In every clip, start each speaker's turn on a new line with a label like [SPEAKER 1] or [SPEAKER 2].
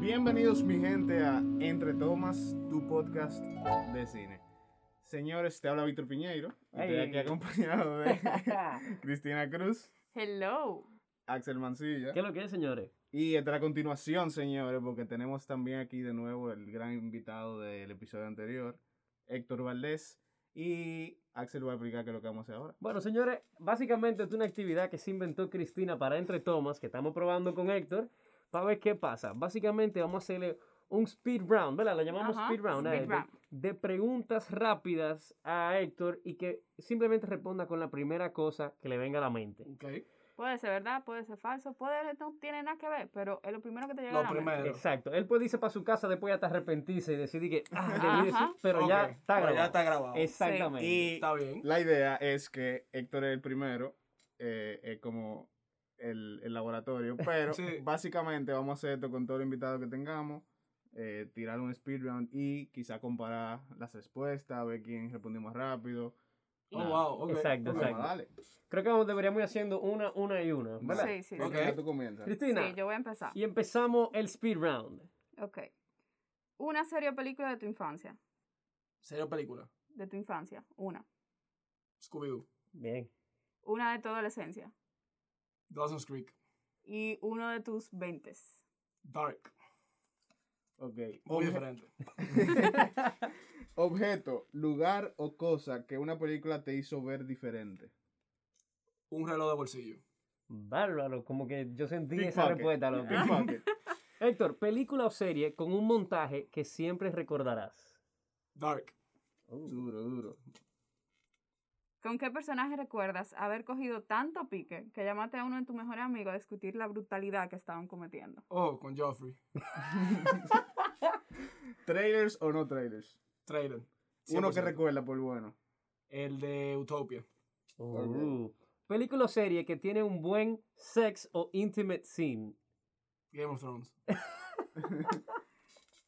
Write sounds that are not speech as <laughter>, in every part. [SPEAKER 1] Bienvenidos mi gente a Entre Tomas, tu podcast de cine. Señores, te habla Víctor Piñeiro. y Estoy
[SPEAKER 2] Hey.
[SPEAKER 1] aquí acompañado
[SPEAKER 2] <laughs>
[SPEAKER 1] de Cristina Cruz,
[SPEAKER 3] Hello.
[SPEAKER 1] Axel Mancilla.
[SPEAKER 2] ¿Qué es lo que es, señores?
[SPEAKER 1] Y esta es la continuación, señores, porque tenemos también aquí de nuevo el gran invitado del episodio anterior, Héctor Valdés. Y Axel va a explicar qué es lo que vamos a hacer ahora.
[SPEAKER 2] <laughs> Bueno, señores, básicamente es una actividad que se inventó Cristina para Entre Tomas, que estamos probando con Héctor, para ver qué pasa. Básicamente vamos a hacerle un speed round, ¿verdad? La llamamos
[SPEAKER 3] Ajá,
[SPEAKER 2] speed round, a
[SPEAKER 3] speed
[SPEAKER 2] Héctor,
[SPEAKER 3] round.
[SPEAKER 2] de preguntas rápidas a Héctor y que simplemente responda con la primera cosa que le venga a la mente.
[SPEAKER 3] Puede ser verdad, puede ser falso, puede no tiene nada que ver, pero es lo primero que te llega
[SPEAKER 4] Lo
[SPEAKER 3] a la mente.
[SPEAKER 4] primero.
[SPEAKER 2] Exacto. Él puede irse para su casa después hasta arrepentirse y decidir que, ah, debí
[SPEAKER 3] Ajá.
[SPEAKER 2] decir, pero ya
[SPEAKER 4] Ok,
[SPEAKER 2] está
[SPEAKER 4] pero
[SPEAKER 2] grabado.
[SPEAKER 4] Ya está grabado.
[SPEAKER 2] Exactamente.
[SPEAKER 1] Y
[SPEAKER 4] Está bien.
[SPEAKER 1] la idea es que Héctor es el primero, eh, es como el, el
[SPEAKER 4] <laughs>
[SPEAKER 1] laboratorio, pero
[SPEAKER 4] Sí.
[SPEAKER 1] básicamente vamos a hacer esto con todos los invitados que tengamos, eh, tirar un speed round y quizá comparar las respuestas, ver quién responde más rápido.
[SPEAKER 4] Oh, wow. ok,
[SPEAKER 2] Exacto,
[SPEAKER 4] ok.
[SPEAKER 1] Bueno,
[SPEAKER 2] exacto.
[SPEAKER 1] dale.
[SPEAKER 2] Creo que vamos, deberíamos ir haciendo una, una y una. ¿verdad?
[SPEAKER 3] Sí, sí, sí.
[SPEAKER 4] Ok.
[SPEAKER 1] Cristina, tú comienzas.
[SPEAKER 2] Cristina,
[SPEAKER 3] Sí, yo voy a empezar.
[SPEAKER 2] y empezamos el speed round.
[SPEAKER 3] Ok. Una serie o película de tu infancia.
[SPEAKER 4] Serio película.
[SPEAKER 3] De tu infancia. Una.
[SPEAKER 4] Scooby-Doo.
[SPEAKER 2] Bien.
[SPEAKER 3] Una de tu adolescencia.
[SPEAKER 4] Dawson's Creek.
[SPEAKER 3] Y uno de tus veintes.
[SPEAKER 4] Dark.
[SPEAKER 1] Ok. Obje-
[SPEAKER 4] Muy diferente.
[SPEAKER 1] <laughs> objeto, lugar o cosa que una película te hizo ver diferente.
[SPEAKER 4] Un reloj de bolsillo.
[SPEAKER 2] Bárbaro, como que yo sentí esa
[SPEAKER 1] Pickpocket.
[SPEAKER 2] respuesta, loco.
[SPEAKER 4] Ah.
[SPEAKER 1] Pickpocket.
[SPEAKER 2] <laughs> Héctor, película o serie con un montaje que siempre recordarás.
[SPEAKER 4] Dark.
[SPEAKER 2] Uh,
[SPEAKER 1] duro, duro.
[SPEAKER 3] ¿Con qué personaje recuerdas haber cogido tanto pique que llamaste a uno de tus mejores amigos a discutir la brutalidad que estaban cometiendo?
[SPEAKER 4] Oh, con Joffrey.
[SPEAKER 1] ¿Trailers o no trailers?
[SPEAKER 4] Trader.
[SPEAKER 1] Uno que recuerda por bueno.
[SPEAKER 4] El de Utopia.
[SPEAKER 2] Uh. Película o serie que tiene un buen sex o intimate scene.
[SPEAKER 4] Game of Thrones.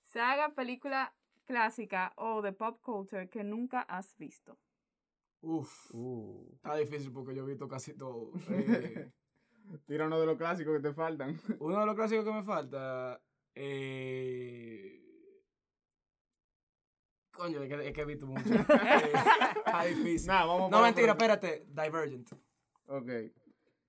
[SPEAKER 3] Saga, película clásica o de pop culture que nunca has visto.
[SPEAKER 4] Uf.
[SPEAKER 2] Uh.
[SPEAKER 4] Está difícil porque yo he visto casi todo. Eh,
[SPEAKER 1] Tira uno de los clásicos que te
[SPEAKER 4] <laughs>
[SPEAKER 1] faltan.
[SPEAKER 4] uno de los clásicos que me falta. Eh... Coño, es que, es que he visto mucho. <laughs> Eh, Está difícil.
[SPEAKER 1] Nah, vamos
[SPEAKER 4] No,
[SPEAKER 1] por-
[SPEAKER 4] mentira, espérate. Divergent.
[SPEAKER 1] Ok.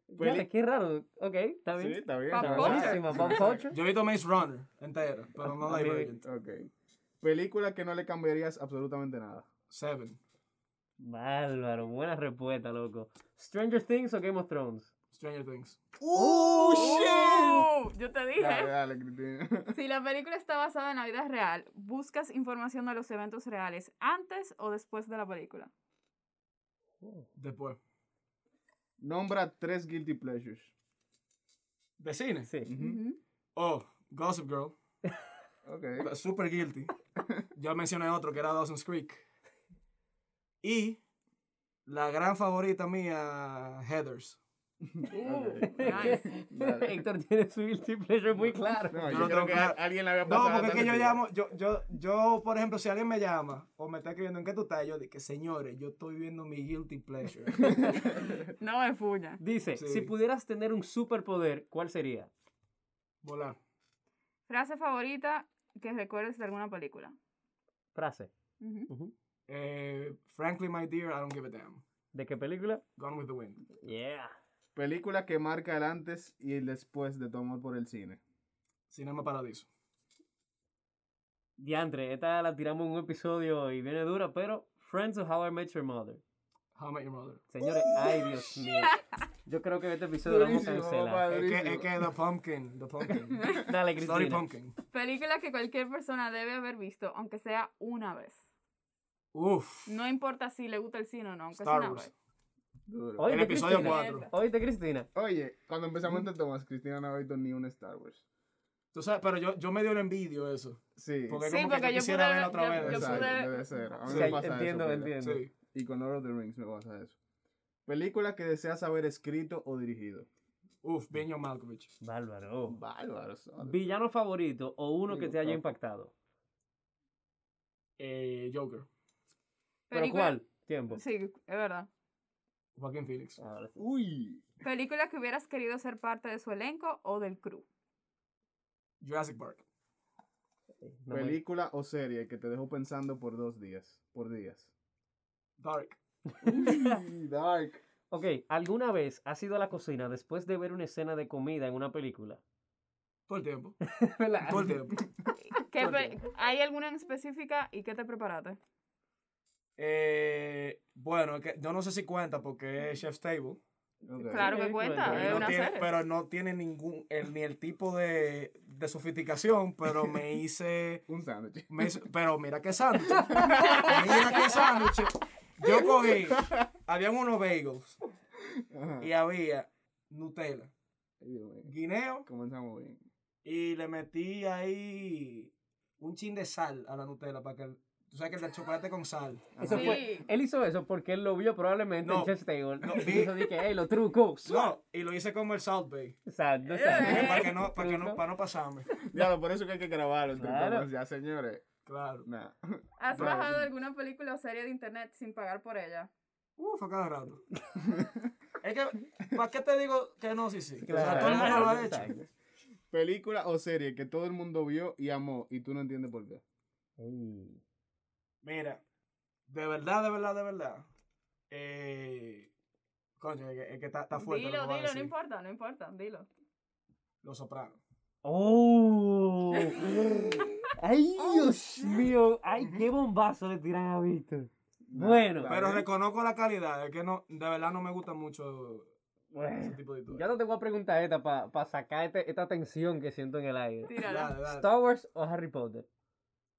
[SPEAKER 2] Ya,
[SPEAKER 1] Peli-
[SPEAKER 2] qué raro. Ok, está
[SPEAKER 1] Sí,
[SPEAKER 2] bien.
[SPEAKER 1] está bien.
[SPEAKER 3] Pop
[SPEAKER 1] está bien.
[SPEAKER 2] Buenísima, Pop culture.
[SPEAKER 4] Yo he visto Maze Runner entera, pero no
[SPEAKER 2] A mí-
[SPEAKER 4] Divergent.
[SPEAKER 1] <laughs> Ah, Ok. Película que no le cambiarías absolutamente nada.
[SPEAKER 4] Seven.
[SPEAKER 2] Bárbaro, buena respuesta, loco. Stranger Things o Game of Thrones.
[SPEAKER 4] Stranger Things.
[SPEAKER 1] ¡Oh,
[SPEAKER 3] ¡Oh! Yo te dije.
[SPEAKER 1] Dale, dale, Cristina. <laughs>
[SPEAKER 3] Si la película está basada en la vida real, ¿buscas información de los eventos reales antes o después de la película?
[SPEAKER 4] Después.
[SPEAKER 1] Nombra tres guilty pleasures.
[SPEAKER 4] ¿De cine?
[SPEAKER 1] <laughs>
[SPEAKER 2] Sí.
[SPEAKER 4] Oh, Gossip Girl.
[SPEAKER 1] Ok.
[SPEAKER 4] Super guilty.
[SPEAKER 1] <laughs>
[SPEAKER 4] Yo mencioné otro que era Dawson's Creek. Y la gran favorita mía, Heathers.
[SPEAKER 2] Uh,
[SPEAKER 3] nice.
[SPEAKER 1] <laughs> Dale.
[SPEAKER 2] <laughs> Héctor tiene su guilty pleasure muy claro.
[SPEAKER 1] No, yo,
[SPEAKER 4] no
[SPEAKER 1] creo
[SPEAKER 4] tengo
[SPEAKER 1] que
[SPEAKER 4] claro.
[SPEAKER 1] alguien la había
[SPEAKER 4] No,
[SPEAKER 1] pasado.
[SPEAKER 4] porque es que yo
[SPEAKER 1] también.
[SPEAKER 4] llamo, yo, yo, yo, por ejemplo, si alguien me llama o me está escribiendo en qué tú estás, yo digo, señores, yo estoy viendo mi
[SPEAKER 1] <laughs>
[SPEAKER 4] guilty pleasure. <laughs>
[SPEAKER 3] No me fuña.
[SPEAKER 2] Dice,
[SPEAKER 4] Sí.
[SPEAKER 2] si pudieras tener un superpoder, ¿cuál sería?
[SPEAKER 4] Volar.
[SPEAKER 3] Frase favorita que recuerdes de alguna película.
[SPEAKER 2] Frase.
[SPEAKER 3] Ujú.
[SPEAKER 2] Ujú.
[SPEAKER 4] Eh, frankly, my dear, I don't give a damn.
[SPEAKER 2] ¿De qué película?
[SPEAKER 4] Gone with the Wind.
[SPEAKER 2] Yeah.
[SPEAKER 1] Película que marca el antes y el después de tomar por el cine.
[SPEAKER 4] Cinema Paradiso.
[SPEAKER 2] Diantre, esta la tiramos en un episodio y viene dura, pero Friends of How I Met Your Mother.
[SPEAKER 4] How I Met Your Mother.
[SPEAKER 2] Señores, ay Dios mío. Yo creo que este episodio lo vamos a
[SPEAKER 1] Uh, Durísimo,
[SPEAKER 2] cancelar.
[SPEAKER 4] Es que, es
[SPEAKER 1] Durísimo.
[SPEAKER 4] que The Pumpkin, The
[SPEAKER 3] <laughs>
[SPEAKER 4] Pumpkin.
[SPEAKER 2] Dale,
[SPEAKER 4] Sorry,
[SPEAKER 2] Cristina.
[SPEAKER 4] Pumpkin.
[SPEAKER 3] Película que cualquier persona debe haber visto, aunque sea una vez.
[SPEAKER 4] Uf.
[SPEAKER 3] No importa si le gusta el cine o no, aunque sea
[SPEAKER 4] Star
[SPEAKER 3] una
[SPEAKER 4] Wars.
[SPEAKER 3] vez.
[SPEAKER 1] Duro.
[SPEAKER 2] Oye,
[SPEAKER 4] El episodio
[SPEAKER 2] Cristina.
[SPEAKER 4] 4.
[SPEAKER 2] Oíste, Cristina.
[SPEAKER 1] Oye, cuando empezamos entre tomas, Cristina no ha visto ni una Star Wars.
[SPEAKER 4] Tú sabes, pero yo, yo me dio el envidio eso.
[SPEAKER 1] Sí.
[SPEAKER 4] Porque
[SPEAKER 3] Sí,
[SPEAKER 4] como
[SPEAKER 3] porque
[SPEAKER 4] que yo
[SPEAKER 3] yo
[SPEAKER 4] quisiera
[SPEAKER 3] pude-
[SPEAKER 4] verla otra
[SPEAKER 3] yo-
[SPEAKER 4] vez.
[SPEAKER 3] yo
[SPEAKER 1] Exacto,
[SPEAKER 3] pude-
[SPEAKER 1] debe ser. A mí
[SPEAKER 2] Sí,
[SPEAKER 1] me pasa eso,
[SPEAKER 2] entiendo,
[SPEAKER 1] pila.
[SPEAKER 2] entiendo.
[SPEAKER 4] Sí.
[SPEAKER 1] Y con Lord of the Rings me pasa eso. Película que deseas haber escrito o dirigido.
[SPEAKER 4] Uf, Benio Malkovich.
[SPEAKER 2] Bárbaro. Oh.
[SPEAKER 1] Bárbaro. son.
[SPEAKER 2] Villano favorito o uno que te haya impactado.
[SPEAKER 4] Eh, Joker.
[SPEAKER 2] ¿Pero
[SPEAKER 3] Película-
[SPEAKER 2] cuál? Tiempo. Ah,
[SPEAKER 3] Sí, es verdad.
[SPEAKER 4] Joaquín Phoenix.
[SPEAKER 2] Ahora sí.
[SPEAKER 1] Uy.
[SPEAKER 3] Película que hubieras querido ser parte de su elenco o del crew.
[SPEAKER 4] Jurassic Park.
[SPEAKER 2] Sí, no me-
[SPEAKER 1] Película o serie que te dejó pensando por dos días. Por días.
[SPEAKER 4] Dark.
[SPEAKER 1] Uy, Dark.
[SPEAKER 2] Ok, ¿alguna vez has ido a la cocina después de ver una escena de comida en
[SPEAKER 1] <laughs>
[SPEAKER 2] una película?
[SPEAKER 4] Todo el tiempo.
[SPEAKER 2] ¿Verdad?
[SPEAKER 3] <laughs>
[SPEAKER 4] Todo el tiempo.
[SPEAKER 3] ¿Qué
[SPEAKER 4] Todo
[SPEAKER 3] pe-
[SPEAKER 4] bien.
[SPEAKER 3] ¿Hay alguna en específica y qué te preparaste?
[SPEAKER 4] Eh, bueno, que yo no sé si cuenta porque es Chef's Table.
[SPEAKER 1] Ok.
[SPEAKER 3] Claro
[SPEAKER 2] Sí,
[SPEAKER 3] que cuenta,
[SPEAKER 2] cuenta.
[SPEAKER 3] Ah, es
[SPEAKER 4] Pero pues, no
[SPEAKER 3] una
[SPEAKER 4] tiene,
[SPEAKER 3] serie.
[SPEAKER 4] pero no tiene ningún, el- ni el tipo de, de sofisticación, pero
[SPEAKER 3] <laughs>
[SPEAKER 4] me hice,
[SPEAKER 1] Un sándwich.
[SPEAKER 4] <laughs> me hice- pero mira qué sándwich, <laughs> mira qué sándwich. Yo cogí, habían unos bagels
[SPEAKER 1] Ajá.
[SPEAKER 4] y había Nutella,
[SPEAKER 1] Ay, Dios mío.
[SPEAKER 4] guineo
[SPEAKER 1] Comenzamos bien.
[SPEAKER 4] y le metí ahí un chin de sal a la Nutella para que, el- tú sabes que el del chocolate con sal.
[SPEAKER 2] Eso
[SPEAKER 3] Sí.
[SPEAKER 2] fue- él hizo eso porque él lo vio probablemente en
[SPEAKER 4] No,
[SPEAKER 2] Chef's Table.
[SPEAKER 4] no,
[SPEAKER 2] <laughs> y
[SPEAKER 4] vi-
[SPEAKER 2] hizo de que, hey, los trucos.
[SPEAKER 4] No, y lo hice como el Salt Bay,
[SPEAKER 2] O sea, no sé.
[SPEAKER 4] para que no, para que no,
[SPEAKER 2] Truco.
[SPEAKER 4] para no pasarme.
[SPEAKER 1] Ya, por eso que hay que grabarlo. entre
[SPEAKER 2] Claro.
[SPEAKER 1] todos, Ya, señores.
[SPEAKER 4] Claro.
[SPEAKER 1] Nah. <laughs>
[SPEAKER 3] ¿Has
[SPEAKER 4] Bueno.
[SPEAKER 3] bajado alguna película o serie de internet sin pagar por ella?
[SPEAKER 4] Uf, a cada rato. es que, ¿para qué te digo que no, sí, sí? O sea,
[SPEAKER 2] Claro,
[SPEAKER 4] todo el mundo lo ha hecho.
[SPEAKER 2] exacto.
[SPEAKER 1] Película o serie que todo el mundo vio y amó y tú no entiendes por qué.
[SPEAKER 2] Ey,
[SPEAKER 4] Mira, de verdad, de verdad, de verdad. Eh, coño, es que, es que está, está fuerte.
[SPEAKER 3] dilo,
[SPEAKER 4] lo que voy a
[SPEAKER 3] dilo, no
[SPEAKER 4] decir.
[SPEAKER 3] importa, no importa, dilo.
[SPEAKER 4] Los Sopranos.
[SPEAKER 2] ¡Oh! ¡Ay,
[SPEAKER 4] Oh,
[SPEAKER 2] Dios mío! ¡Ay, qué bombazo le tiran a Víctor! Bueno.
[SPEAKER 1] Nah,
[SPEAKER 4] Pero
[SPEAKER 1] nah,
[SPEAKER 4] reconozco la calidad, es que no, de verdad no me gusta mucho ese
[SPEAKER 2] Bueno.
[SPEAKER 4] tipo de historia.
[SPEAKER 2] Ya no te voy a preguntar esta para sacar este- esta tensión que siento en el aire.
[SPEAKER 3] Tírala.
[SPEAKER 4] Dale, dale.
[SPEAKER 2] ¿Star Wars o Harry Potter?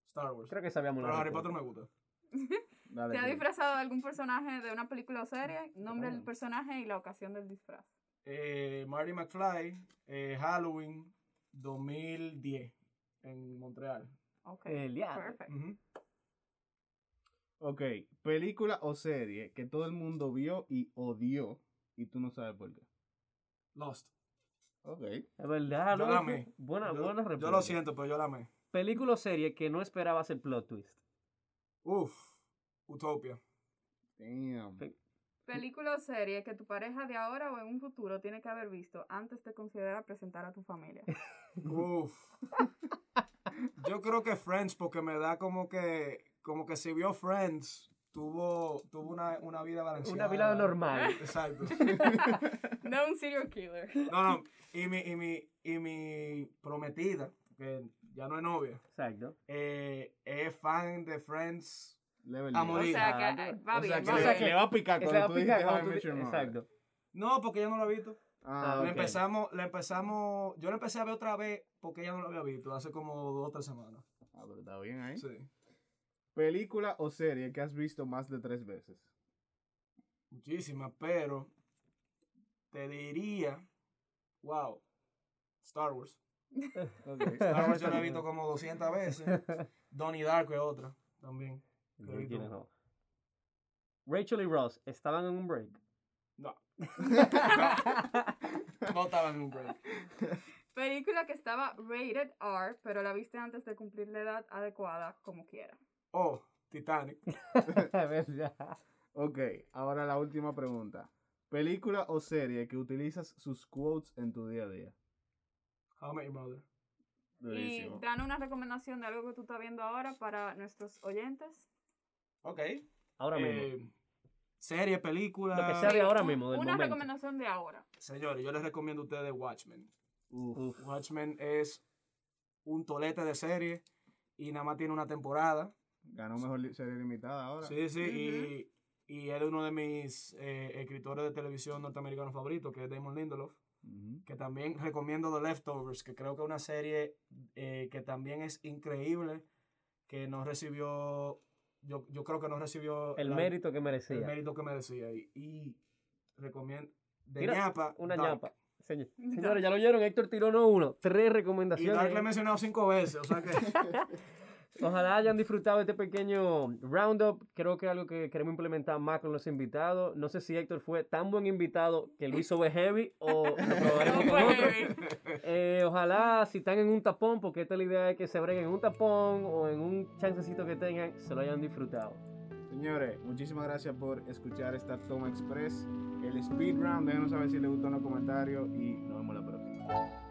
[SPEAKER 4] Star Wars.
[SPEAKER 2] Creo que sabíamos
[SPEAKER 4] Pero
[SPEAKER 2] la
[SPEAKER 4] Harry Potter
[SPEAKER 2] respuesta.
[SPEAKER 4] me gusta.
[SPEAKER 1] dale,
[SPEAKER 3] ¿Te ha
[SPEAKER 1] dale.
[SPEAKER 3] disfrazado de algún personaje de una película o serie? Nombre del personaje y la ocasión del disfraz.
[SPEAKER 4] Eh, Marty McFly, eh, Halloween 2010 en Montreal.
[SPEAKER 3] Ok.
[SPEAKER 2] El diablo.
[SPEAKER 3] Perfecto.
[SPEAKER 4] Ujú.
[SPEAKER 1] Ok, película o serie que todo el mundo vio y odió y tú no sabes por qué.
[SPEAKER 4] Lost.
[SPEAKER 1] Ok.
[SPEAKER 2] Es verdad,
[SPEAKER 4] Yo
[SPEAKER 2] loco.
[SPEAKER 4] la amé.
[SPEAKER 2] Buena,
[SPEAKER 4] yo,
[SPEAKER 2] buena
[SPEAKER 4] yo
[SPEAKER 2] respuesta.
[SPEAKER 4] lo siento, pero yo la amé.
[SPEAKER 2] Película o serie que no esperabas el plot twist.
[SPEAKER 4] Uf, Utopia.
[SPEAKER 1] Damn.
[SPEAKER 3] Película o serie que tu pareja de ahora o en un futuro tiene que haber visto antes de considerar presentar a tu familia.
[SPEAKER 4] Uf. Yo creo que Friends, porque me da como que, como que si vio Friends, tuvo, tuvo una, una vida balanceada.
[SPEAKER 2] Una vida normal.
[SPEAKER 4] Exacto.
[SPEAKER 3] no un serial killer.
[SPEAKER 4] No, no. Y mi, y mi, y mi prometida, que ya no es novia,
[SPEAKER 2] Exacto.
[SPEAKER 4] eh, es fan de Friends.
[SPEAKER 1] Level
[SPEAKER 4] A
[SPEAKER 1] diez.
[SPEAKER 3] O
[SPEAKER 4] morir.
[SPEAKER 3] sea que eh, va
[SPEAKER 1] O sea
[SPEAKER 3] bien.
[SPEAKER 1] que
[SPEAKER 3] va
[SPEAKER 1] le,
[SPEAKER 3] bien.
[SPEAKER 2] que-
[SPEAKER 1] le va a picar
[SPEAKER 2] Esa
[SPEAKER 1] cuando
[SPEAKER 2] es
[SPEAKER 1] tú
[SPEAKER 2] la
[SPEAKER 1] dices
[SPEAKER 2] pica
[SPEAKER 1] How I
[SPEAKER 2] cuando
[SPEAKER 1] Met
[SPEAKER 2] tú-
[SPEAKER 1] Your Mother.
[SPEAKER 2] Exacto.
[SPEAKER 4] No, porque ella no lo ha visto.
[SPEAKER 1] Ah,
[SPEAKER 2] Ah,
[SPEAKER 4] La
[SPEAKER 2] ok.
[SPEAKER 4] empezamos, la empezamos, yo la empecé a ver otra vez porque ella no la había visto hace como dos o tres semanas.
[SPEAKER 1] ah, pero está bien ahí.
[SPEAKER 4] Sí.
[SPEAKER 1] Película o serie que has visto más de tres veces.
[SPEAKER 4] Muchísimas, pero te diría, wow, Star Wars.
[SPEAKER 1] <laughs> Ok.
[SPEAKER 4] Star Wars yo la he visto como 200
[SPEAKER 2] <laughs>
[SPEAKER 4] veces. Donnie Darko es otra también. <laughs>
[SPEAKER 2] Yo quiero no. Rachel y Ross estaban en un break.
[SPEAKER 4] No. No estaba en un break.
[SPEAKER 3] Película que estaba rated R, pero la viste antes de cumplir la edad adecuada, como quiera.
[SPEAKER 4] Oh, Titanic.
[SPEAKER 2] Es verdad.
[SPEAKER 1] <laughs> ok, ahora la última pregunta. Película o serie que utilizas sus quotes en tu día a día.
[SPEAKER 4] How I Met Your Mother.
[SPEAKER 3] Y
[SPEAKER 1] Durísimo.
[SPEAKER 3] dan una recomendación de algo que tú estás viendo ahora para nuestros oyentes.
[SPEAKER 4] Ok.
[SPEAKER 2] Ahora mismo.
[SPEAKER 4] eh, serie, película.
[SPEAKER 2] Lo que sea de ahora
[SPEAKER 3] Un-
[SPEAKER 2] mismo, del
[SPEAKER 3] Una
[SPEAKER 2] momento.
[SPEAKER 3] recomendación de ahora.
[SPEAKER 4] Señores, yo les recomiendo a ustedes Watchmen.
[SPEAKER 1] Uf.
[SPEAKER 2] Uf.
[SPEAKER 4] Watchmen es un tolete de serie y nada más tiene una temporada.
[SPEAKER 1] Ganó mejor li- serie limitada ahora.
[SPEAKER 4] Sí, sí, y, y él es uno de mis eh, escritores de televisión norteamericanos favoritos, que es Damon Lindelof,
[SPEAKER 1] Ujú.
[SPEAKER 4] que también recomiendo The Leftovers, que creo que es una serie eh, que también es increíble, que no recibió, yo, yo creo que no recibió
[SPEAKER 2] El
[SPEAKER 4] la-
[SPEAKER 2] mérito que merecía.
[SPEAKER 4] el mérito que merecía. Y, y recomiendo... De
[SPEAKER 2] Mira,
[SPEAKER 4] ñapa,
[SPEAKER 2] Una
[SPEAKER 4] Dark.
[SPEAKER 2] ñapa. Señ- Señores, ya lo oyeron. Héctor tiró no uno. Tres
[SPEAKER 4] Y
[SPEAKER 2] recomendaciones.
[SPEAKER 4] Dark le he mencionado cinco veces,
[SPEAKER 2] <laughs>
[SPEAKER 4] o sea que...
[SPEAKER 2] Ojalá hayan disfrutado este pequeño roundup. Creo que es algo que queremos implementar más con los invitados. No sé si Héctor fue tan buen invitado que lo hizo ver heavy o lo
[SPEAKER 4] <laughs>
[SPEAKER 2] probaremos
[SPEAKER 3] <laughs> No
[SPEAKER 2] con
[SPEAKER 3] fue
[SPEAKER 2] otro.
[SPEAKER 3] heavy.
[SPEAKER 2] Eh, ojalá si están en un tapón, porque esta es la idea es que se breguen en un tapón o en un chancecito que tengan, se lo hayan disfrutado.
[SPEAKER 1] Señores, muchísimas gracias por escuchar esta Toma Express, el Speed Round. Déjenos saber si les gustó en los comentarios y nos vemos la próxima.